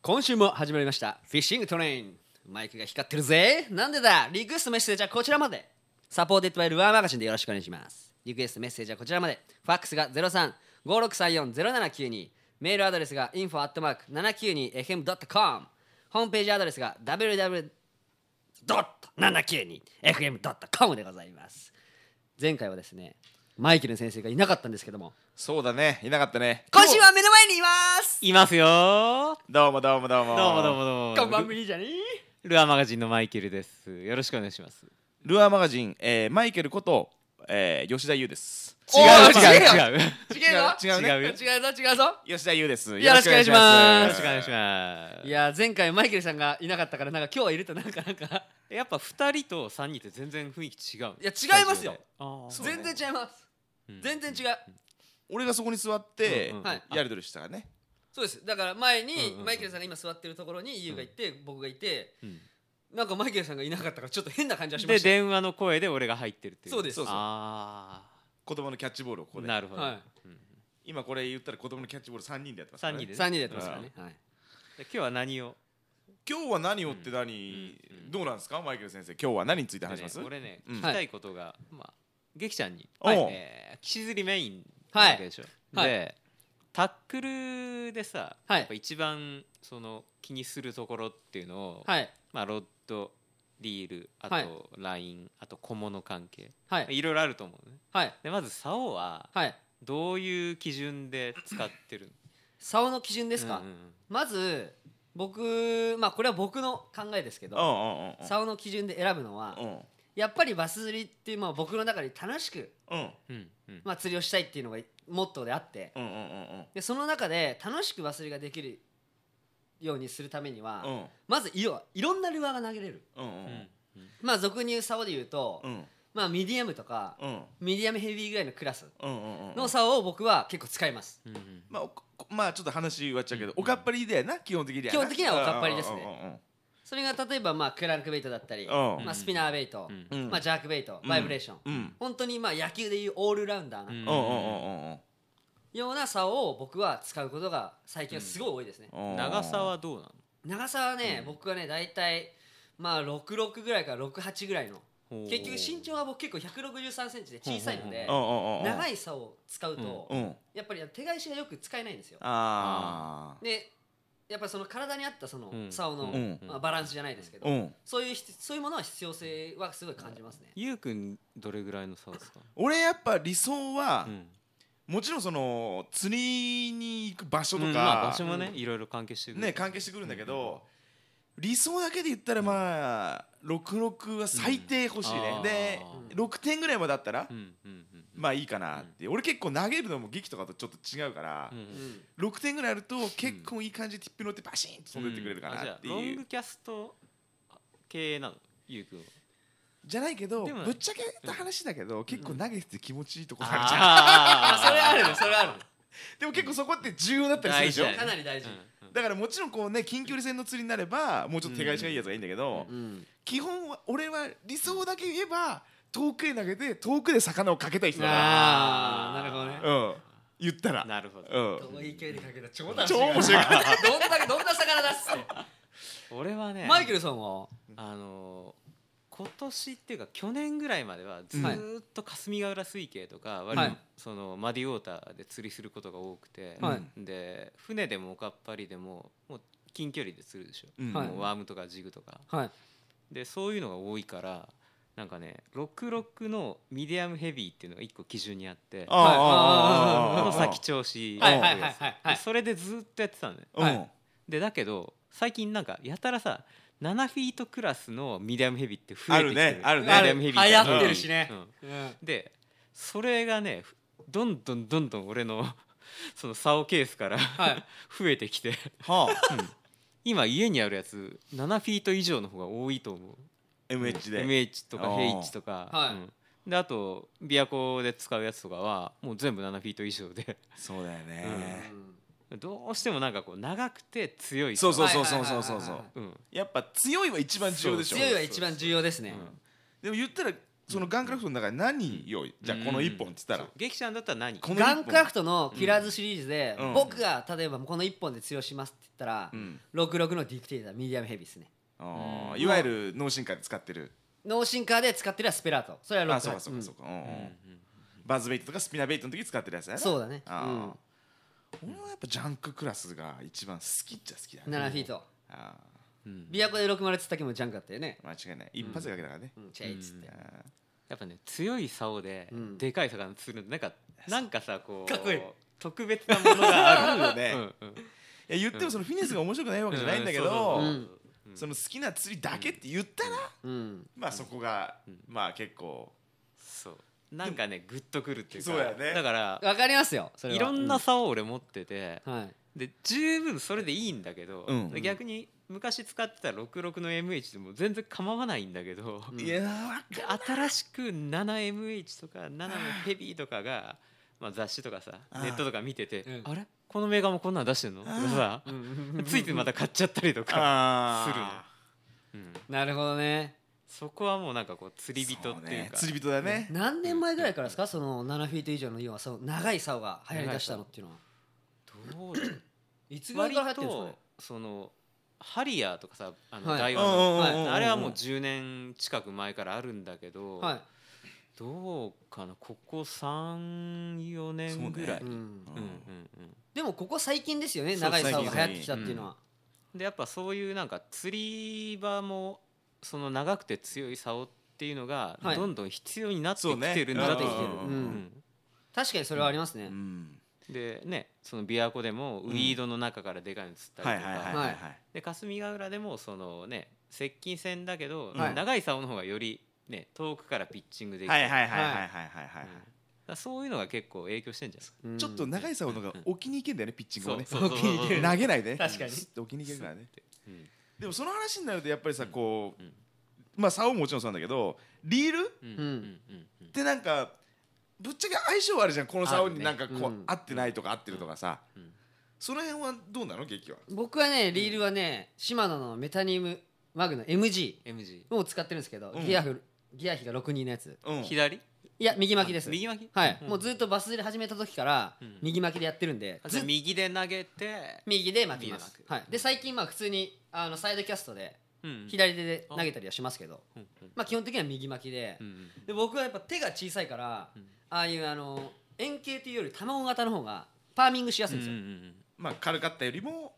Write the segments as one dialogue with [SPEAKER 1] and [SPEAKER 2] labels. [SPEAKER 1] 今週も始まりましたフィッシングトレインマイクが光ってるぜなんでだリクエストメッセージはこちらまでサポーテッドバイルワーマガジンでよろしくお願いしますリクエストメッセージはこちらまでファックスが0356340792メールアドレスが info at mark 792fm.com ホームページアドレスが www.792fm.com でございます前回はですねマイケル先生がいなかったんですけども
[SPEAKER 2] そうだねいなかったね
[SPEAKER 1] 今週は目の前にいます
[SPEAKER 3] いますよー
[SPEAKER 2] どうもどうもどうも
[SPEAKER 3] どうもどうもどうも
[SPEAKER 1] こんばん
[SPEAKER 3] ル
[SPEAKER 1] みりじゃねー
[SPEAKER 3] ルアーマガジンのマイケルですよろしくお願いします
[SPEAKER 2] ルアーマガジン、えー、マイケルこと、えー、吉田優です
[SPEAKER 1] おー
[SPEAKER 3] 違う
[SPEAKER 1] 違
[SPEAKER 3] 違う違うよ
[SPEAKER 1] 違うよ
[SPEAKER 2] 違うね
[SPEAKER 3] 違うよ
[SPEAKER 1] 違うぞ違うぞ
[SPEAKER 2] 吉田優です
[SPEAKER 1] よろしくお願いします
[SPEAKER 3] ろしくお願いし
[SPEAKER 2] ま
[SPEAKER 3] ます
[SPEAKER 1] いやー前回マイケルさんがいなかったからなんか今日はいるとなんかなんか
[SPEAKER 3] やっぱ二人と三人って全然雰囲気違う
[SPEAKER 1] いや違いますよ
[SPEAKER 2] そうね
[SPEAKER 1] 全然違います
[SPEAKER 3] 全
[SPEAKER 1] 全然違う
[SPEAKER 2] 俺がそこに座って、
[SPEAKER 3] うんうん
[SPEAKER 1] はい
[SPEAKER 2] やりとりしたからね
[SPEAKER 1] そうですだから前に
[SPEAKER 3] うんうんうん
[SPEAKER 1] マイケルさんが今座ってるところにユウがいて僕がいて
[SPEAKER 3] うん
[SPEAKER 1] なんかマイケルさんがいなかったからちょっと変な感じがしま
[SPEAKER 3] で
[SPEAKER 1] した
[SPEAKER 3] 電話の声で俺が入ってるっていう
[SPEAKER 1] そうです
[SPEAKER 2] そうそう
[SPEAKER 3] あ
[SPEAKER 2] 子供のキャッチボールをここ
[SPEAKER 3] あ
[SPEAKER 2] で
[SPEAKER 3] なるほど
[SPEAKER 1] はい
[SPEAKER 3] うん
[SPEAKER 2] 今これ言ったら子供のキャッチボール3人でやってますから、ね、
[SPEAKER 3] 三人
[SPEAKER 1] 3人で
[SPEAKER 3] で
[SPEAKER 1] やってますからねはい
[SPEAKER 3] で今日は何を
[SPEAKER 2] 今日は何をって何、
[SPEAKER 3] うんうん
[SPEAKER 2] どうなんですかマイケル先生今日は何について話します、
[SPEAKER 3] でね俺ね
[SPEAKER 2] うん
[SPEAKER 3] 聞きたいことがまあ劇ちゃんに
[SPEAKER 2] おう
[SPEAKER 3] えー岸釣りメインなわけでしょ
[SPEAKER 1] はい
[SPEAKER 3] でタックルでさ
[SPEAKER 1] はい
[SPEAKER 3] やっぱ一番その気にするところっていうのを、
[SPEAKER 1] はい
[SPEAKER 3] まあ、ロッドリールあ
[SPEAKER 1] はい
[SPEAKER 3] とライン、あと小物関係、
[SPEAKER 1] はいい
[SPEAKER 3] ろいろあると思うね
[SPEAKER 1] はい
[SPEAKER 3] でまず竿は
[SPEAKER 1] はい
[SPEAKER 3] どういう基準で使ってるの
[SPEAKER 1] 竿の基準 ですか
[SPEAKER 3] うんうん
[SPEAKER 1] まず僕まあこれは僕の考えですけ
[SPEAKER 2] うんう
[SPEAKER 1] ど
[SPEAKER 2] んうん
[SPEAKER 1] 竿の基準で選ぶのは
[SPEAKER 2] うん
[SPEAKER 1] やっぱりバス釣りっていうまあ僕の中で楽しく
[SPEAKER 2] うん
[SPEAKER 3] うんうん
[SPEAKER 1] まあ釣りをしたいっていうのがモットーであって
[SPEAKER 2] うんうんうん
[SPEAKER 1] でその中で楽しくバス釣りができるようにするためには、
[SPEAKER 2] うん
[SPEAKER 1] まず色はいろんなルアーが投げれる
[SPEAKER 2] うんうん
[SPEAKER 3] うんうん
[SPEAKER 1] まあ俗に言う竿で言うと、
[SPEAKER 2] うん
[SPEAKER 1] まあミディアムとか、
[SPEAKER 2] うん
[SPEAKER 1] ミディアムヘビーぐらいのクラス
[SPEAKER 2] うんうんうん
[SPEAKER 1] の竿を僕は結構使います、
[SPEAKER 3] うんうん
[SPEAKER 2] まあ、おこまあちょっと話終わっちゃうけど、
[SPEAKER 3] うん
[SPEAKER 2] おかっぱりだよな基本的にはな
[SPEAKER 1] 基本的にはおかっぱりですねそれが例えばまあクランクベイトだったり、
[SPEAKER 2] うん
[SPEAKER 1] まあ、スピナーベイト、
[SPEAKER 3] うん
[SPEAKER 2] うんうんうんうん
[SPEAKER 1] まあ、ジャークベイト、
[SPEAKER 2] うん
[SPEAKER 1] バイブレーション、
[SPEAKER 2] うん
[SPEAKER 1] 本当にまあ野球でいうオールラウンダー
[SPEAKER 3] う
[SPEAKER 1] なん
[SPEAKER 2] うんうんうんうん
[SPEAKER 1] ような竿を僕は使うことが最近はすごい多いですね、
[SPEAKER 2] うん
[SPEAKER 3] 長さはどうな
[SPEAKER 1] 長さはね、
[SPEAKER 3] うん
[SPEAKER 1] 僕はね大体まあ66ぐらいから68ぐらいの
[SPEAKER 3] の
[SPEAKER 1] 結局身長は僕結構1 6 3ンチで小さいので
[SPEAKER 2] うんうんうん
[SPEAKER 1] 長
[SPEAKER 2] い
[SPEAKER 1] い竿を使うと
[SPEAKER 2] うん
[SPEAKER 1] やっぱり手返しがよく使えないんですよ
[SPEAKER 2] あ
[SPEAKER 1] でやっぱりその体に合ったその
[SPEAKER 3] うん
[SPEAKER 1] 竿の
[SPEAKER 2] うん
[SPEAKER 1] まあバランスじゃないですけ
[SPEAKER 2] ーう
[SPEAKER 1] ど
[SPEAKER 2] ん
[SPEAKER 1] そういう必そういうものは必要性はすごい感じますね
[SPEAKER 3] ゆうくんどれぐらいの竿ですか、
[SPEAKER 2] 俺やっぱ理想は、
[SPEAKER 3] うん
[SPEAKER 2] もちろんその釣りに行く場所とか、
[SPEAKER 3] うんまあ、場所もね、
[SPEAKER 1] うん
[SPEAKER 3] いろいろ関係してくる
[SPEAKER 2] ね関係してくるんだけど、理想だけで言ったらまあ66は最低欲しいね、
[SPEAKER 3] うん
[SPEAKER 2] で
[SPEAKER 3] あ
[SPEAKER 1] ー
[SPEAKER 2] 6点ぐらいまでだったら、
[SPEAKER 3] うんうんうん
[SPEAKER 2] まあいいかなって、俺結構投げるのも劇とかとちょっと違うから、
[SPEAKER 3] うんう
[SPEAKER 1] うんん
[SPEAKER 2] 6点ぐらいあると結構いい感じでティップに乗ってバシーンと飛んでってくれるか
[SPEAKER 3] あじ
[SPEAKER 2] な
[SPEAKER 3] ゃあ
[SPEAKER 2] って
[SPEAKER 3] ロ
[SPEAKER 2] い
[SPEAKER 3] ン
[SPEAKER 2] う、
[SPEAKER 3] グキャスト系なのゆうくんは
[SPEAKER 2] じゃないけど
[SPEAKER 3] でも
[SPEAKER 2] ぶっちゃけた話だけど、結構投げてて気持ちいいとこあるじゃん、
[SPEAKER 1] あ
[SPEAKER 3] あ
[SPEAKER 1] それあるねそれある
[SPEAKER 2] でも結構そこって重要だったりするでしょ、
[SPEAKER 3] 大事
[SPEAKER 1] ねかなり大事
[SPEAKER 2] だからもちろんこうね近距離戦の釣りになればもうちょっと手返しがいいやつがいいんだけど、
[SPEAKER 1] うん
[SPEAKER 2] 基本は俺は理想だけ言えば遠くへ投げて遠くで魚をかけたい人だか
[SPEAKER 1] あーなるほどね
[SPEAKER 2] ら、うん、言ったら、
[SPEAKER 3] なるほど
[SPEAKER 2] うん、
[SPEAKER 1] 遠い距離でかけたら超楽しい
[SPEAKER 2] 超面白い
[SPEAKER 1] どんだけどんな魚出す
[SPEAKER 3] 俺はね
[SPEAKER 1] マイケルさんは
[SPEAKER 3] あのー今年っていうか去年ぐらいまではずーっと霞ヶ浦水系とか割と
[SPEAKER 1] はい
[SPEAKER 3] そのマディウォーターで釣りすることが多くて、
[SPEAKER 1] はい
[SPEAKER 3] で船でもおかっぱりでももう近距離で釣るでしょ、
[SPEAKER 2] うん
[SPEAKER 1] はい
[SPEAKER 3] もうワームとかジグとか
[SPEAKER 1] はい
[SPEAKER 3] でそういうのが多いからなんかね66のミディアムヘビーっていうのが一個基準にあって
[SPEAKER 2] ああ
[SPEAKER 3] こ
[SPEAKER 2] ああ
[SPEAKER 3] の
[SPEAKER 2] ああ
[SPEAKER 3] 先調子
[SPEAKER 1] はいはいはいはいはい
[SPEAKER 3] でそれでずっとやってたのね
[SPEAKER 2] うん
[SPEAKER 1] はい
[SPEAKER 3] でだけど最近なんかやたらさ7フィートクラスのミディアムヘビーって増えてきて
[SPEAKER 2] あるね
[SPEAKER 3] ミディアムヘビー
[SPEAKER 1] ある
[SPEAKER 3] から
[SPEAKER 2] 流行ってる
[SPEAKER 1] しね
[SPEAKER 3] うん
[SPEAKER 1] うん
[SPEAKER 3] でそれがねどんどんどんどん俺の その竿ケースから
[SPEAKER 1] はい
[SPEAKER 3] 増えてきて
[SPEAKER 2] はあ
[SPEAKER 3] 今家にあるやつ7フィート以上の方が多いと思う
[SPEAKER 2] MH で、
[SPEAKER 3] MH と
[SPEAKER 2] あ
[SPEAKER 3] か
[SPEAKER 2] ー
[SPEAKER 3] H とか、
[SPEAKER 1] はい
[SPEAKER 3] うんであと琵琶湖で使うやつとかはもう全部7フィート以上で
[SPEAKER 2] そうだよね、
[SPEAKER 1] うん
[SPEAKER 3] どうしてもなんかこう長くて強い
[SPEAKER 2] そうそう
[SPEAKER 1] はい
[SPEAKER 2] そう
[SPEAKER 1] はい
[SPEAKER 2] そ
[SPEAKER 1] は
[SPEAKER 2] う
[SPEAKER 1] いはい
[SPEAKER 2] そ
[SPEAKER 1] は
[SPEAKER 2] う
[SPEAKER 1] い
[SPEAKER 2] そうそう
[SPEAKER 3] うん
[SPEAKER 2] やっぱ強いは一番重要でしょ
[SPEAKER 1] 強いは一番重要ですね
[SPEAKER 3] うん
[SPEAKER 2] でも言ったらそのガンクラフトの中で何よいじゃあこの1本って言ったら
[SPEAKER 3] 劇ちゃんだったら何
[SPEAKER 2] この
[SPEAKER 1] ガンクラフトのキラーズシリーズで、
[SPEAKER 2] うん
[SPEAKER 1] 僕が例えばこの1本で通用しますって言ったら、
[SPEAKER 2] うん
[SPEAKER 1] 66のディクテーターミディアムヘビーですね
[SPEAKER 2] あ
[SPEAKER 3] う
[SPEAKER 2] ー
[SPEAKER 3] ん
[SPEAKER 2] いわゆる脳神科で使ってる
[SPEAKER 1] 脳進化で使ってるのはスペラートそれは
[SPEAKER 2] あ
[SPEAKER 1] 6
[SPEAKER 2] そうかそうかそうかうんうん
[SPEAKER 3] うん
[SPEAKER 2] バズベイトとかスピナベイトの時使ってるやつやな
[SPEAKER 1] そうだね
[SPEAKER 2] あー俺はやっぱジャンククラスが一番好きっちゃ好きだね
[SPEAKER 1] 7フィート
[SPEAKER 2] あ
[SPEAKER 3] うん
[SPEAKER 1] 琵琶湖で60っつった時もジャンクだったよね
[SPEAKER 2] ー間違いない一発だけだからね
[SPEAKER 1] うんチェイっつって
[SPEAKER 2] あ
[SPEAKER 3] やっぱね強い竿で
[SPEAKER 1] うん
[SPEAKER 3] でかい魚釣るのなんかなんかさこう
[SPEAKER 1] かっこいい
[SPEAKER 3] 特別なもの があ
[SPEAKER 2] ー
[SPEAKER 3] る
[SPEAKER 2] あるよね
[SPEAKER 3] うんう
[SPEAKER 2] い
[SPEAKER 3] ん
[SPEAKER 2] や言ってもそのフィネスが面白くないわけじゃないんだけ
[SPEAKER 3] う
[SPEAKER 2] ど
[SPEAKER 1] ん
[SPEAKER 3] うん
[SPEAKER 2] その好きな釣りだけって言ったら
[SPEAKER 1] うん
[SPEAKER 2] まあそこが
[SPEAKER 3] うん
[SPEAKER 2] まあ結構
[SPEAKER 3] そうなんかねグッとくるっていうか
[SPEAKER 2] そうやね
[SPEAKER 3] だから
[SPEAKER 1] わかりますよそれはい
[SPEAKER 3] ろんな、竿を俺持ってて
[SPEAKER 1] うん はい
[SPEAKER 3] で十分それでいいんだけど
[SPEAKER 2] うん
[SPEAKER 3] 逆に昔使ってた66の MH でも全然構わないんだけど
[SPEAKER 1] うん
[SPEAKER 2] いやー
[SPEAKER 3] で新しく 7MH とか7のヘビーとかが、まあ、雑誌とかさ
[SPEAKER 2] ああ
[SPEAKER 3] ネットとか見てて
[SPEAKER 1] うん
[SPEAKER 3] あれこのメガもこんなん出してんのとかさついてまた買っちゃったりとか、
[SPEAKER 2] あ
[SPEAKER 3] うん
[SPEAKER 1] なるほどね
[SPEAKER 3] そこはもうなんかこう釣り人
[SPEAKER 2] そう
[SPEAKER 3] っていう
[SPEAKER 2] ね
[SPEAKER 3] か
[SPEAKER 2] 釣り人だね
[SPEAKER 1] 何年前ぐらいからですかその7フィート以上の要はその長い竿が流行りだしたのっていうのは
[SPEAKER 3] どうだろう
[SPEAKER 1] いつぐらい
[SPEAKER 3] 割
[SPEAKER 1] から流行ってるんですか
[SPEAKER 3] と
[SPEAKER 1] ね
[SPEAKER 3] そのハリアーとかさあの
[SPEAKER 1] はい
[SPEAKER 3] ダイワ
[SPEAKER 2] うんうん
[SPEAKER 3] の、
[SPEAKER 2] うんうん
[SPEAKER 3] あれはもう10年近く前からあるんだけど、
[SPEAKER 1] はい
[SPEAKER 3] どうかなここ34年ぐらい
[SPEAKER 2] そう
[SPEAKER 1] ん
[SPEAKER 2] ね
[SPEAKER 3] うんうんうん
[SPEAKER 1] でもここ最近ですよね
[SPEAKER 2] そう
[SPEAKER 1] 長い竿が流
[SPEAKER 2] 最近
[SPEAKER 1] 行ってきたっていうのは
[SPEAKER 3] でやっぱそういうなんか釣り場もその長くて強い竿っていうのが
[SPEAKER 1] はい
[SPEAKER 3] どんどん必要になって
[SPEAKER 2] そう
[SPEAKER 3] き
[SPEAKER 2] ね
[SPEAKER 3] てるん
[SPEAKER 1] な
[SPEAKER 3] だ
[SPEAKER 1] っ
[SPEAKER 3] と
[SPEAKER 1] てき
[SPEAKER 3] 思
[SPEAKER 1] てる
[SPEAKER 3] う
[SPEAKER 1] うん確かにそれはありますね
[SPEAKER 2] うん
[SPEAKER 3] でねその琵琶湖でもウリードの中からでかいの釣った
[SPEAKER 2] はい
[SPEAKER 3] り
[SPEAKER 2] はい
[SPEAKER 3] と
[SPEAKER 2] はい
[SPEAKER 3] か
[SPEAKER 2] はい
[SPEAKER 1] はい
[SPEAKER 2] はい
[SPEAKER 3] で霞ヶ浦でもそのね接近戦だけど
[SPEAKER 1] はい
[SPEAKER 3] 長い竿の方がよりね遠くからピッチングできる
[SPEAKER 2] はいはい
[SPEAKER 3] うん
[SPEAKER 2] はいはいはいはい
[SPEAKER 3] だ
[SPEAKER 2] は
[SPEAKER 3] からそういうのが結構影響してんじゃないですか
[SPEAKER 1] うん
[SPEAKER 2] いちょっと長いさのが置きに行けんだよねピッチングをね
[SPEAKER 3] そうそうそうそう
[SPEAKER 2] 置きに行け投げないで
[SPEAKER 1] 確かに
[SPEAKER 2] スッと置きに行けるからね
[SPEAKER 3] うん
[SPEAKER 2] でもその話になるとやっぱりさこう
[SPEAKER 3] うん
[SPEAKER 2] まあ竿ももちろんそうなんだけどリール
[SPEAKER 3] うん
[SPEAKER 1] ん
[SPEAKER 3] うんうんうん
[SPEAKER 2] ってなんかぶっちゃけ相性あるじゃんこの竿になんかこ
[SPEAKER 1] ある
[SPEAKER 2] う、
[SPEAKER 1] ねうん
[SPEAKER 2] 合ってないとか合ってるとかさ、
[SPEAKER 3] うん
[SPEAKER 2] その辺はどうなの劇は
[SPEAKER 1] 僕はねリールはねシマノのメタニウムマグナ MG
[SPEAKER 3] MG
[SPEAKER 1] を使ってるんですけど
[SPEAKER 2] うん
[SPEAKER 1] ギアフギア比が62のやつ
[SPEAKER 2] うん
[SPEAKER 3] 左
[SPEAKER 1] いや右巻きです
[SPEAKER 3] あ右巻き
[SPEAKER 1] はい
[SPEAKER 3] うん
[SPEAKER 1] もうずっとバス釣り始めた時から
[SPEAKER 3] うん
[SPEAKER 1] 右巻きでやってるんで
[SPEAKER 3] あじ
[SPEAKER 1] ず
[SPEAKER 3] ゃ
[SPEAKER 1] っと
[SPEAKER 3] あ右で投げて
[SPEAKER 1] 右で巻きます
[SPEAKER 3] 右で巻く
[SPEAKER 1] はいで最近まあ普通にあのサイドキャストで
[SPEAKER 3] うん
[SPEAKER 1] 左手で投げたりはしますけど
[SPEAKER 3] うんうん
[SPEAKER 1] まあ基本的には右巻きで
[SPEAKER 3] うん
[SPEAKER 1] で僕はやっぱ手が小さいから
[SPEAKER 3] うん
[SPEAKER 1] ああいうあの円形というより卵型の方がパーミングしやすいんですよ
[SPEAKER 2] まあ軽かったよりも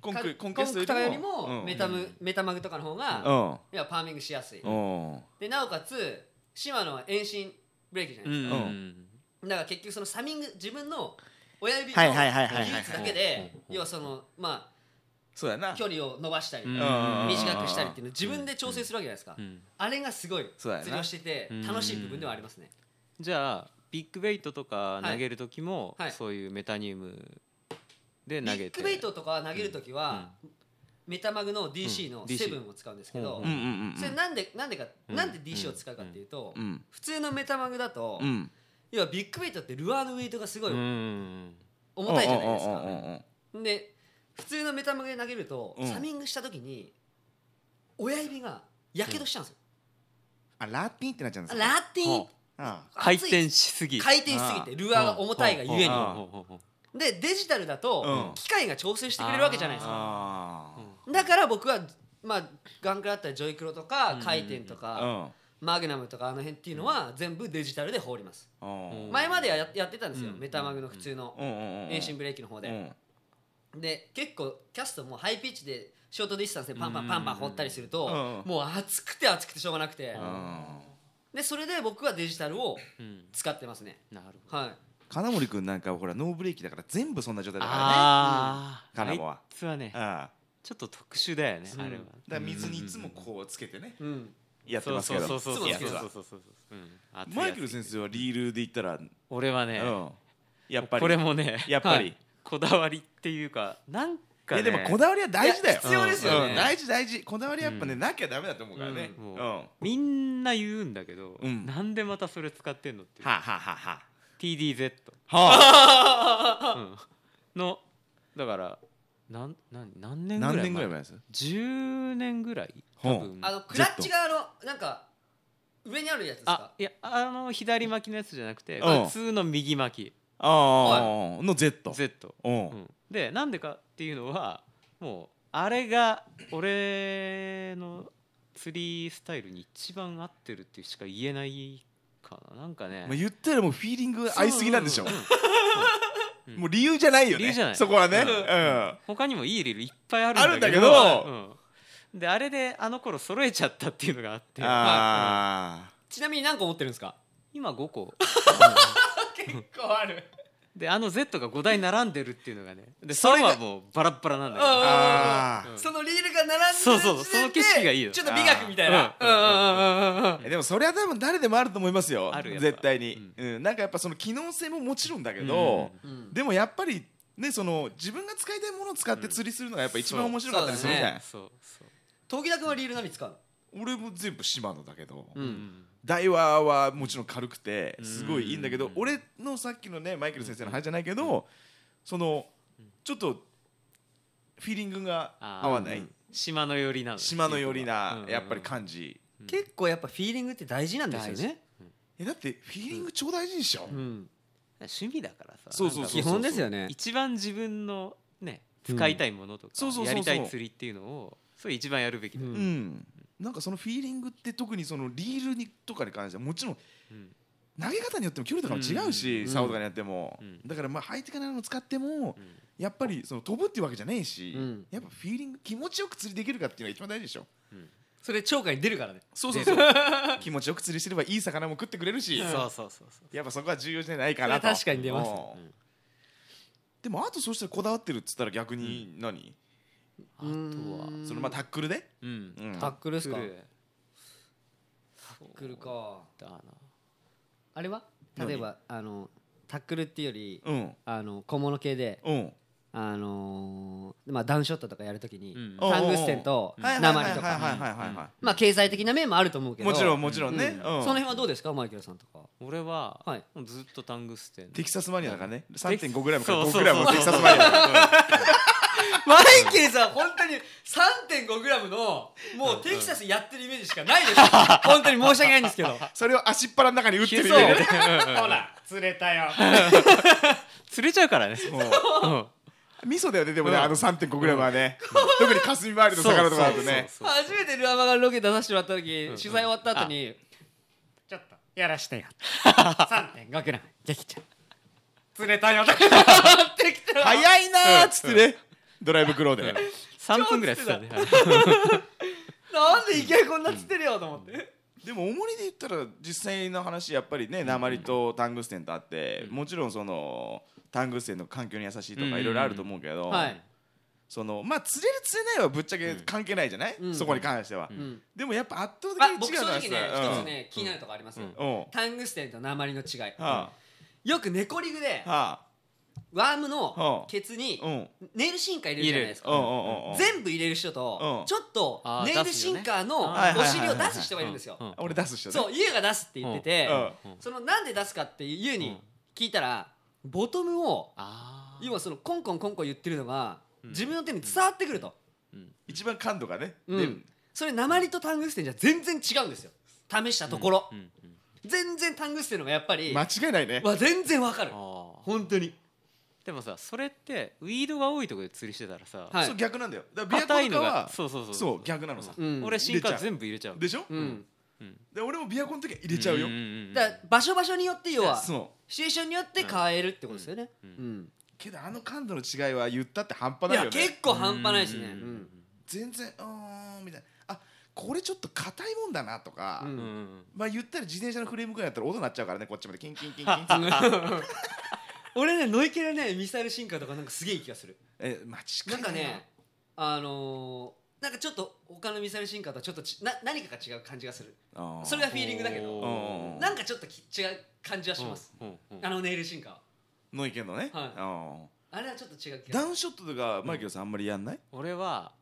[SPEAKER 2] コン
[SPEAKER 1] か
[SPEAKER 2] クコ
[SPEAKER 1] コン
[SPEAKER 2] ンクエスト
[SPEAKER 1] クとかより
[SPEAKER 2] う
[SPEAKER 1] も
[SPEAKER 2] ん
[SPEAKER 1] メタムメタマグとかの方が
[SPEAKER 2] うん
[SPEAKER 1] いやパーミングしやすい
[SPEAKER 2] うん
[SPEAKER 1] でなおかつシマノは遠心ブレーキじゃ
[SPEAKER 3] う
[SPEAKER 1] ないです
[SPEAKER 3] ん
[SPEAKER 1] か
[SPEAKER 2] う
[SPEAKER 1] だから結局そのサミング自分の親指の
[SPEAKER 2] はいはいはいはいはい
[SPEAKER 1] 技術だけで要はそのま
[SPEAKER 2] そうや
[SPEAKER 1] あ
[SPEAKER 2] な
[SPEAKER 1] 距離を伸ばしたり
[SPEAKER 3] うん
[SPEAKER 1] 短
[SPEAKER 2] 短
[SPEAKER 1] くしたりっていうのを自分で調整するわけじゃないですか
[SPEAKER 3] うん
[SPEAKER 1] あれがすごい
[SPEAKER 2] そうだよな
[SPEAKER 1] 釣りをしてて楽しい部分ではありますね
[SPEAKER 3] じゃあビッグベイトとか投げる時も、
[SPEAKER 1] はいはい
[SPEAKER 3] そういうメタニウムで
[SPEAKER 1] ビ
[SPEAKER 3] 投げて
[SPEAKER 1] ッグベイトとか投げるときはメタマグの DC
[SPEAKER 3] う
[SPEAKER 1] の
[SPEAKER 3] ん DC
[SPEAKER 1] 7を使うんですけど
[SPEAKER 2] う
[SPEAKER 3] う
[SPEAKER 2] んうんうん
[SPEAKER 1] それなんでなんでか
[SPEAKER 3] うん
[SPEAKER 1] なんで DC を使うかっていうと
[SPEAKER 2] うん
[SPEAKER 1] 普通のメタマグだと
[SPEAKER 2] うん
[SPEAKER 1] 要はビッグベイトってルアーのウェイトがすごい
[SPEAKER 3] うんうん
[SPEAKER 1] 重たいじゃないです
[SPEAKER 2] うんうんう
[SPEAKER 1] か
[SPEAKER 2] んうん
[SPEAKER 1] で普通のメタマグで投げると、
[SPEAKER 2] うん
[SPEAKER 1] サミングした時に親指がやけどしちゃうんですよ、
[SPEAKER 2] あラッティンってなっちゃうんです
[SPEAKER 1] ラ
[SPEAKER 2] よ
[SPEAKER 1] ーティン
[SPEAKER 3] ほ
[SPEAKER 2] ああ
[SPEAKER 3] 回転しすぎ
[SPEAKER 1] 回転しすぎてルアーが重たいがゆえ
[SPEAKER 2] うん
[SPEAKER 1] に
[SPEAKER 3] に
[SPEAKER 1] でデジタルだと
[SPEAKER 2] うん
[SPEAKER 1] 機械が調整してくれるわけじゃないですか
[SPEAKER 2] あ
[SPEAKER 1] だから僕はまあガンクラだったらジョイクロとか
[SPEAKER 3] うん
[SPEAKER 1] 回転と
[SPEAKER 2] あ
[SPEAKER 1] かマグナムとかあの辺っていうのは全部デジタルで放ります
[SPEAKER 2] うん
[SPEAKER 3] うん
[SPEAKER 1] 前まではややってたんですよ
[SPEAKER 3] うん
[SPEAKER 1] メタマグの普通の
[SPEAKER 2] うんうんうん
[SPEAKER 1] 遠心ブレーキの方でで結構キャストもハイピッチでショートディスタンスでパンパンパンパン放ったりすると、
[SPEAKER 2] うん
[SPEAKER 1] もう熱くて熱くてしょうがなくて、
[SPEAKER 2] うん
[SPEAKER 1] でそれで僕はデジタルを
[SPEAKER 3] うん
[SPEAKER 1] 使ってますね
[SPEAKER 3] なるほど
[SPEAKER 1] は
[SPEAKER 2] 金森くんなんかはほらノーブレーキだから全部そんな状態だからね
[SPEAKER 3] あー
[SPEAKER 2] カナ
[SPEAKER 3] あ
[SPEAKER 2] モはい
[SPEAKER 3] つはね
[SPEAKER 2] ああ
[SPEAKER 3] ちょっと特殊だよね
[SPEAKER 1] うん
[SPEAKER 3] あれは
[SPEAKER 2] だから水にいつもこうつけてね
[SPEAKER 1] い、うん、
[SPEAKER 2] やってますけど
[SPEAKER 3] そうそうそう
[SPEAKER 1] い
[SPEAKER 3] そう
[SPEAKER 1] や
[SPEAKER 3] そう
[SPEAKER 1] そうだ
[SPEAKER 3] そうそうそううん熱い
[SPEAKER 2] マイケル先生はリールで言ったら、
[SPEAKER 3] 俺はね
[SPEAKER 2] うん、やっぱり
[SPEAKER 3] これもね
[SPEAKER 2] やっぱり、
[SPEAKER 3] はいこだわりっていうかなん
[SPEAKER 2] い
[SPEAKER 3] か
[SPEAKER 2] や
[SPEAKER 3] ね
[SPEAKER 2] でもこだわりは大事だよ
[SPEAKER 1] いや必要ですよね
[SPEAKER 2] うん大事大事こだわりやっぱね、
[SPEAKER 3] うん
[SPEAKER 2] なきゃダメだと思うからね、
[SPEAKER 3] う
[SPEAKER 2] うんん
[SPEAKER 3] もう
[SPEAKER 2] は
[SPEAKER 3] みんな言うんだけど
[SPEAKER 2] うん
[SPEAKER 3] なんでまたそれ使ってんのっていう
[SPEAKER 2] あ、はあはあは
[SPEAKER 3] TDZ
[SPEAKER 2] あはあ
[SPEAKER 3] うんのだからなんなん何年ぐら
[SPEAKER 2] 何
[SPEAKER 3] い
[SPEAKER 2] 年ぐらい前です
[SPEAKER 3] 10年ぐらい
[SPEAKER 2] ほう
[SPEAKER 3] 多分
[SPEAKER 1] あのクラッチがあのなんか上にあるやつです
[SPEAKER 3] あ
[SPEAKER 1] か
[SPEAKER 3] いやあの左巻きのやつじゃなくて
[SPEAKER 2] うん
[SPEAKER 3] 普通の右巻
[SPEAKER 2] ああの Z
[SPEAKER 3] き Z、
[SPEAKER 2] うん
[SPEAKER 3] うん、でなんでかっていうのはもうあれが俺の釣りスタイルに一番合ってるってしか言えないかななんかね
[SPEAKER 2] まあ、言ったらもうフィーリング合いすぎなんでしょ
[SPEAKER 3] そううんうん
[SPEAKER 2] もう理由じゃないよね
[SPEAKER 3] 理由じゃない
[SPEAKER 2] そこはね
[SPEAKER 3] う
[SPEAKER 2] うんん、
[SPEAKER 3] 他にもいいリールいっぱいあ
[SPEAKER 2] あ
[SPEAKER 3] る
[SPEAKER 2] る
[SPEAKER 3] ん
[SPEAKER 2] んだ
[SPEAKER 3] だけ
[SPEAKER 2] け
[SPEAKER 3] ど
[SPEAKER 2] ど
[SPEAKER 3] うんであれであの頃揃えちゃったっていうのがあって
[SPEAKER 2] あ
[SPEAKER 1] ちなみに何個持ってるんですか
[SPEAKER 3] 今5個
[SPEAKER 1] 結構ある
[SPEAKER 3] であの Z が5台並んでるっていうのがねでそれはもうバラッバラなんだけど
[SPEAKER 1] うん
[SPEAKER 2] ーあー
[SPEAKER 3] うん
[SPEAKER 1] そのリールが並んでる
[SPEAKER 3] そうそう
[SPEAKER 1] 時点で
[SPEAKER 3] その景色がいいよ
[SPEAKER 1] ちょっと美学みたいなう
[SPEAKER 3] う
[SPEAKER 1] んんうんうんうんうん
[SPEAKER 2] えでもそれは多分誰でもあると思いますよ
[SPEAKER 3] あるやっぱ
[SPEAKER 2] 絶対に、うんなんかやっぱその機能性ももちろんだけど、
[SPEAKER 1] うん
[SPEAKER 2] でもやっぱりねその自分が使いたいものを使って釣りするのがやっぱ一番面白かったりするじゃない、
[SPEAKER 3] そうそう
[SPEAKER 1] 時田君はリール何使うの
[SPEAKER 2] 俺も全部島野だけど、
[SPEAKER 1] うん
[SPEAKER 2] ダイワはもちろん軽くてすごいいいんだけど、
[SPEAKER 3] うん
[SPEAKER 2] 俺のさっきのねマイケル先生の話じゃないけど、そのちょっとフィーリングが
[SPEAKER 3] あー
[SPEAKER 2] 合わない、
[SPEAKER 3] うん島の寄りなの
[SPEAKER 2] 島の寄りなやっぱり
[SPEAKER 3] 感
[SPEAKER 2] 感じ、
[SPEAKER 1] 結構やっぱフィーリングって大事なんですよね
[SPEAKER 2] えだってフィーリング超大事でしょ、
[SPEAKER 1] うん
[SPEAKER 3] 趣味だからさ
[SPEAKER 2] そうそうそう
[SPEAKER 3] なんか
[SPEAKER 1] 基本ですよね
[SPEAKER 3] 一番自分のね使いたいものとか
[SPEAKER 2] そうそうそうそう
[SPEAKER 3] やりたい釣りっていうのをそれ一番やるべきだよ
[SPEAKER 2] う
[SPEAKER 3] ね
[SPEAKER 2] んなんかそのフィーリングって特にそのリールにとかに関してはもちろん
[SPEAKER 3] うん
[SPEAKER 2] 投げ方によっても距離とかも違う
[SPEAKER 1] う
[SPEAKER 2] し、
[SPEAKER 1] ん
[SPEAKER 2] 竿とかにやっても、
[SPEAKER 3] うん
[SPEAKER 2] だからまあハイテクなのを使っても
[SPEAKER 3] うん
[SPEAKER 2] やっぱりその飛ぶっていうわけじゃねえし、
[SPEAKER 1] うん
[SPEAKER 2] やっぱフィーリング気持ちよく釣りできるかっていうのが一番大事でしょ
[SPEAKER 1] それ超過に出るからね
[SPEAKER 2] そうそうそう気持ちよく釣りしてればいい魚も食ってくれるし、
[SPEAKER 3] そうそうそうそう
[SPEAKER 2] やっぱそこは重要じゃないかなと
[SPEAKER 1] それは確かに出ます
[SPEAKER 2] うん
[SPEAKER 3] うん
[SPEAKER 2] でもあとそうしたらこだわってるっつったら逆に何、
[SPEAKER 3] あとは
[SPEAKER 1] うん
[SPEAKER 2] そのまあタックルで、
[SPEAKER 3] うん
[SPEAKER 2] うん
[SPEAKER 1] タックルです
[SPEAKER 3] 来
[SPEAKER 1] か
[SPEAKER 3] る
[SPEAKER 1] タックルか
[SPEAKER 3] だな
[SPEAKER 1] あれは
[SPEAKER 2] 何
[SPEAKER 1] 例えばあのタックルっていうより
[SPEAKER 2] うん
[SPEAKER 1] あの小物系で
[SPEAKER 2] うん
[SPEAKER 1] あのーまあダウンショットとかやるときに
[SPEAKER 3] うん
[SPEAKER 1] タングステンと
[SPEAKER 2] うん
[SPEAKER 1] 鉛と
[SPEAKER 2] はいはい
[SPEAKER 1] か
[SPEAKER 2] はいはいはいは
[SPEAKER 1] まあ経済的な面もあると思うけ
[SPEAKER 2] い
[SPEAKER 1] ど
[SPEAKER 2] もちろんもちろんね、
[SPEAKER 1] そ
[SPEAKER 2] うん
[SPEAKER 1] の辺はどうですかマイケルさんとか
[SPEAKER 3] 俺は
[SPEAKER 1] はい
[SPEAKER 3] もうずっとタングステン
[SPEAKER 2] テキサスマニアだからね
[SPEAKER 3] テキ
[SPEAKER 2] 3.5グラムから
[SPEAKER 3] そうそ
[SPEAKER 2] 5
[SPEAKER 3] う
[SPEAKER 2] グラムのテキサスマニアだから
[SPEAKER 1] マイケルさん本当に 3.5g のもうテキサスやってるイメージしかないです 本当に申し訳ないんですけ ど
[SPEAKER 2] それを足っ腹の中に打って
[SPEAKER 1] そう
[SPEAKER 2] るよね
[SPEAKER 1] ほら釣れたよ
[SPEAKER 3] 釣れちゃうからねうん
[SPEAKER 2] 味噌だよねでもね
[SPEAKER 3] うん
[SPEAKER 2] あの3.5グラムはね特に霞回りの魚とかだとね
[SPEAKER 3] そうそうそう
[SPEAKER 1] 初めてルアマガンロケ出させてもらった時取材終わった後に
[SPEAKER 4] ちょっとやらしてよ
[SPEAKER 1] 3.5g できちゃう釣れた よってきたら
[SPEAKER 2] 早いなーっつってねドライブクローで
[SPEAKER 3] そう3分ぐらい釣ったね
[SPEAKER 1] なんで池江こんな釣ってるよと思って
[SPEAKER 2] でも重りで言ったら実際の話やっぱりね鉛とタングステンとあってもちろんそのタングステンの環境に優しいとかいろいろあると思うけど
[SPEAKER 1] はい
[SPEAKER 2] そのまあ釣れる釣れないはぶっちゃけ関係ないじゃない
[SPEAKER 1] うん
[SPEAKER 2] そこに関しては
[SPEAKER 1] ん
[SPEAKER 2] でもやっぱ圧倒
[SPEAKER 1] あ
[SPEAKER 2] 的
[SPEAKER 1] 僕
[SPEAKER 2] に違
[SPEAKER 1] 正
[SPEAKER 2] うのは
[SPEAKER 1] 直ね一
[SPEAKER 2] さうん
[SPEAKER 1] つね気になるとこありますよ
[SPEAKER 2] うんは
[SPEAKER 1] タングステンと鉛の違い
[SPEAKER 2] あ
[SPEAKER 1] よく猫リグで
[SPEAKER 2] は
[SPEAKER 1] ワームの
[SPEAKER 2] うん
[SPEAKER 1] ケツに
[SPEAKER 2] あうん
[SPEAKER 1] ネイルシンカー入れるじゃないですか
[SPEAKER 2] うんうんうんうん
[SPEAKER 1] 全部入れる人と
[SPEAKER 2] うん
[SPEAKER 1] ちょっと
[SPEAKER 3] あー
[SPEAKER 1] ネイルシンカーの
[SPEAKER 3] 出すよ
[SPEAKER 1] お
[SPEAKER 2] ね
[SPEAKER 1] 尻を出す人がいるんですよ
[SPEAKER 3] うんうん
[SPEAKER 2] 俺出す人ね
[SPEAKER 1] そう優が出すって言ってて
[SPEAKER 2] うん
[SPEAKER 3] うん
[SPEAKER 1] そのなんで出すかって優に聞いたらボトムを
[SPEAKER 3] あー
[SPEAKER 1] 今そのコンコンコンコン言ってるのが自分の手に伝わってくると
[SPEAKER 2] 一番感度がね
[SPEAKER 1] う
[SPEAKER 2] で
[SPEAKER 1] んそれ鉛とタングステンじゃ全然違うんですよ試したところ
[SPEAKER 3] うんうん
[SPEAKER 1] 全然タングステンの方がやっぱり
[SPEAKER 2] 間違いないね
[SPEAKER 1] わ全然わかる
[SPEAKER 3] あー
[SPEAKER 1] 本当に
[SPEAKER 3] でもさそれってウィードが多いところで釣りしてたらさ
[SPEAKER 1] はい
[SPEAKER 2] そう逆なんだよだから琵琶
[SPEAKER 3] 硬い
[SPEAKER 2] 湖と
[SPEAKER 3] の
[SPEAKER 2] か
[SPEAKER 3] が
[SPEAKER 2] は
[SPEAKER 3] そうそうそう
[SPEAKER 2] そう逆なのさ
[SPEAKER 1] うん
[SPEAKER 3] 俺進化全部入れちゃう
[SPEAKER 2] でしょ
[SPEAKER 1] うん
[SPEAKER 2] で俺も琵琶湖の時は入れちゃうよ
[SPEAKER 3] んんん
[SPEAKER 1] だから場所場所によって要はシ
[SPEAKER 2] そう
[SPEAKER 1] チュエーションによって変えるってことですよね
[SPEAKER 3] うん
[SPEAKER 1] うん
[SPEAKER 2] けどあの感度の違いは言ったって半端
[SPEAKER 1] い
[SPEAKER 2] ないよ
[SPEAKER 1] や
[SPEAKER 2] ね
[SPEAKER 1] 結構半端ないですね
[SPEAKER 3] う
[SPEAKER 1] うんん
[SPEAKER 2] 全然うーんみたいなあこれちょっと硬いもんだなとか、
[SPEAKER 1] うん
[SPEAKER 3] うんうん
[SPEAKER 2] まあ言ったら自転車のフレームぐらいだったら音鳴っちゃうからねこっちまでキンキンキンキン
[SPEAKER 1] 俺ねノイケラねミサイル進化とかなんかすげえいい気がする
[SPEAKER 2] えまあ近い
[SPEAKER 1] なんかねあのーなんかちょっと他のミサイル進化とはちょっとちな何かが違う感じがする
[SPEAKER 2] あー
[SPEAKER 1] それがフィーリングだけど
[SPEAKER 2] うんうん
[SPEAKER 1] なんかちょっとき違う感じはします
[SPEAKER 3] うんうん
[SPEAKER 1] あのネイル進化は
[SPEAKER 2] ノイケンのね、
[SPEAKER 1] はい
[SPEAKER 2] あ
[SPEAKER 1] あれはちょっと違う
[SPEAKER 2] ー
[SPEAKER 1] 気が
[SPEAKER 2] ダ
[SPEAKER 1] す
[SPEAKER 2] ウ
[SPEAKER 1] る
[SPEAKER 2] ンショットとかマイケルさんあんまりやんない、
[SPEAKER 3] 俺は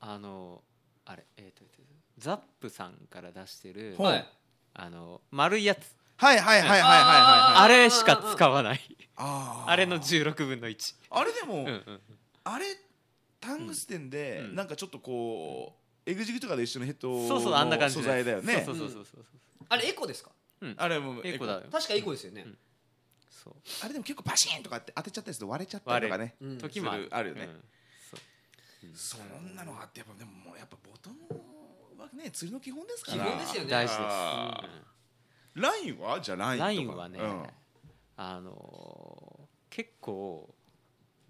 [SPEAKER 3] あのあれえっとえーとザップさんから出してる
[SPEAKER 2] ほう
[SPEAKER 1] はい
[SPEAKER 3] あの丸いやつ
[SPEAKER 2] はいはいはいはいはい
[SPEAKER 1] あー
[SPEAKER 2] はい
[SPEAKER 3] あれしか使わない
[SPEAKER 2] あー
[SPEAKER 3] あれの16分の1
[SPEAKER 2] あれでも、
[SPEAKER 3] うんうん
[SPEAKER 2] あれタングステンで、
[SPEAKER 3] うん
[SPEAKER 2] なんかちょっとこう、エグジグとかで一緒のヘッド
[SPEAKER 3] そうそうあんな
[SPEAKER 2] の
[SPEAKER 3] 感じ
[SPEAKER 2] 素
[SPEAKER 3] です
[SPEAKER 2] 材だよね
[SPEAKER 3] そうそうそうそうそう
[SPEAKER 1] あれエコですか
[SPEAKER 2] あれもう
[SPEAKER 3] エコだよ
[SPEAKER 1] 確かエコですよね、
[SPEAKER 3] んそう
[SPEAKER 2] あれでも結構バシーンとかって当てちゃったりすると割れちゃったりとかね
[SPEAKER 1] 割れうん
[SPEAKER 3] 時も
[SPEAKER 2] するあるよね
[SPEAKER 3] うんそう
[SPEAKER 2] そんなのがあってやっぱでももうやっぱボトムはね釣りの基本ですか
[SPEAKER 1] 基
[SPEAKER 2] ら
[SPEAKER 1] 本ですよね
[SPEAKER 3] 大事
[SPEAKER 2] あ
[SPEAKER 3] で
[SPEAKER 2] ー
[SPEAKER 3] す
[SPEAKER 2] ラインはじゃあラインとか
[SPEAKER 3] ラインはね、
[SPEAKER 2] うん
[SPEAKER 3] あのー結構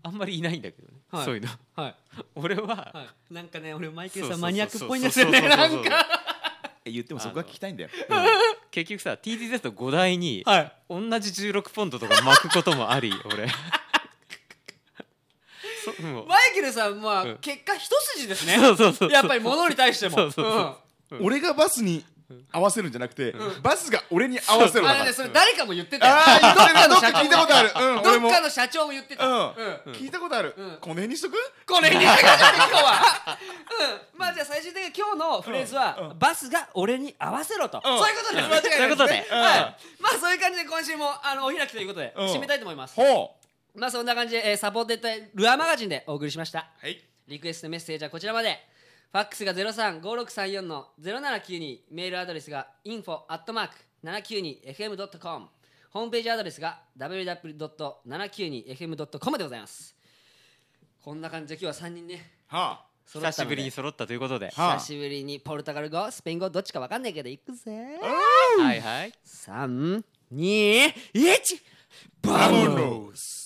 [SPEAKER 3] あんまりいないんだけどね、
[SPEAKER 1] はい
[SPEAKER 3] そういうの
[SPEAKER 1] はい
[SPEAKER 3] 俺は、
[SPEAKER 1] はい、なんかね俺マイケル
[SPEAKER 3] そう
[SPEAKER 1] さ
[SPEAKER 3] そ
[SPEAKER 1] ん
[SPEAKER 3] う
[SPEAKER 1] マニアックっぽいんですよね
[SPEAKER 3] そうそうそ
[SPEAKER 1] な
[SPEAKER 3] うそ
[SPEAKER 1] ん
[SPEAKER 3] う
[SPEAKER 1] か
[SPEAKER 2] え言ってもそこが聞きたいんだよ
[SPEAKER 3] 結局さ TTZ の5台に、
[SPEAKER 1] はい
[SPEAKER 3] 同じ16ポンドとか巻くこともあり俺そもう
[SPEAKER 1] マイケルさんまあ、
[SPEAKER 3] うん
[SPEAKER 1] 結果一筋ですね
[SPEAKER 3] そうそうそう
[SPEAKER 1] やっぱり物に対しても
[SPEAKER 3] そうそうそううん
[SPEAKER 2] 俺がバスに合わせるんじゃなくてバスが俺に合わせ
[SPEAKER 1] うん
[SPEAKER 2] るの
[SPEAKER 1] あ
[SPEAKER 2] か
[SPEAKER 1] れね
[SPEAKER 2] ら
[SPEAKER 1] それ誰かも言ってたよ
[SPEAKER 2] あ
[SPEAKER 1] どっか
[SPEAKER 2] あ
[SPEAKER 1] の
[SPEAKER 2] どっ
[SPEAKER 1] 社
[SPEAKER 2] か聞
[SPEAKER 1] 長
[SPEAKER 2] いたことあるうん俺
[SPEAKER 1] ど
[SPEAKER 2] も
[SPEAKER 1] っかの社長も言ってた、
[SPEAKER 2] うん
[SPEAKER 1] うん
[SPEAKER 2] 聞いたことある
[SPEAKER 1] うん
[SPEAKER 2] この辺にしとく
[SPEAKER 1] これにかかって今日はうんまあじゃあ最終的に今日のフレーズは、
[SPEAKER 2] うんうん
[SPEAKER 1] バスが俺に合わせろと、
[SPEAKER 2] う
[SPEAKER 1] そ
[SPEAKER 2] ん
[SPEAKER 1] ういうことです間違いないです、ね、
[SPEAKER 3] そういうことで
[SPEAKER 1] はい、まあそういう感じで今週もあのお開きということで、
[SPEAKER 2] うん
[SPEAKER 1] 締めたいと思います
[SPEAKER 2] ほう
[SPEAKER 1] まあそんな感じで、えーサポーテッドバイルアーマガジンでお送りしました
[SPEAKER 2] はい
[SPEAKER 1] リクエストメッセージはこちらまでファックスが035634の0792メールアドレスが info アットマーク 792fm.com ホームページアドレスが www.792fm.com でございますこんな感じで今日は3人ね
[SPEAKER 2] は
[SPEAKER 1] 揃
[SPEAKER 3] 久
[SPEAKER 1] った
[SPEAKER 3] し
[SPEAKER 1] の
[SPEAKER 3] ぶ
[SPEAKER 1] で
[SPEAKER 3] りに揃ったということで、
[SPEAKER 2] はあ
[SPEAKER 1] 久しぶりにポルトガル語スペイン語どっちかわかんないけど行くぜ
[SPEAKER 3] はいはい
[SPEAKER 1] 321
[SPEAKER 2] あ
[SPEAKER 1] バモ
[SPEAKER 2] モン
[SPEAKER 1] ロ
[SPEAKER 2] ロース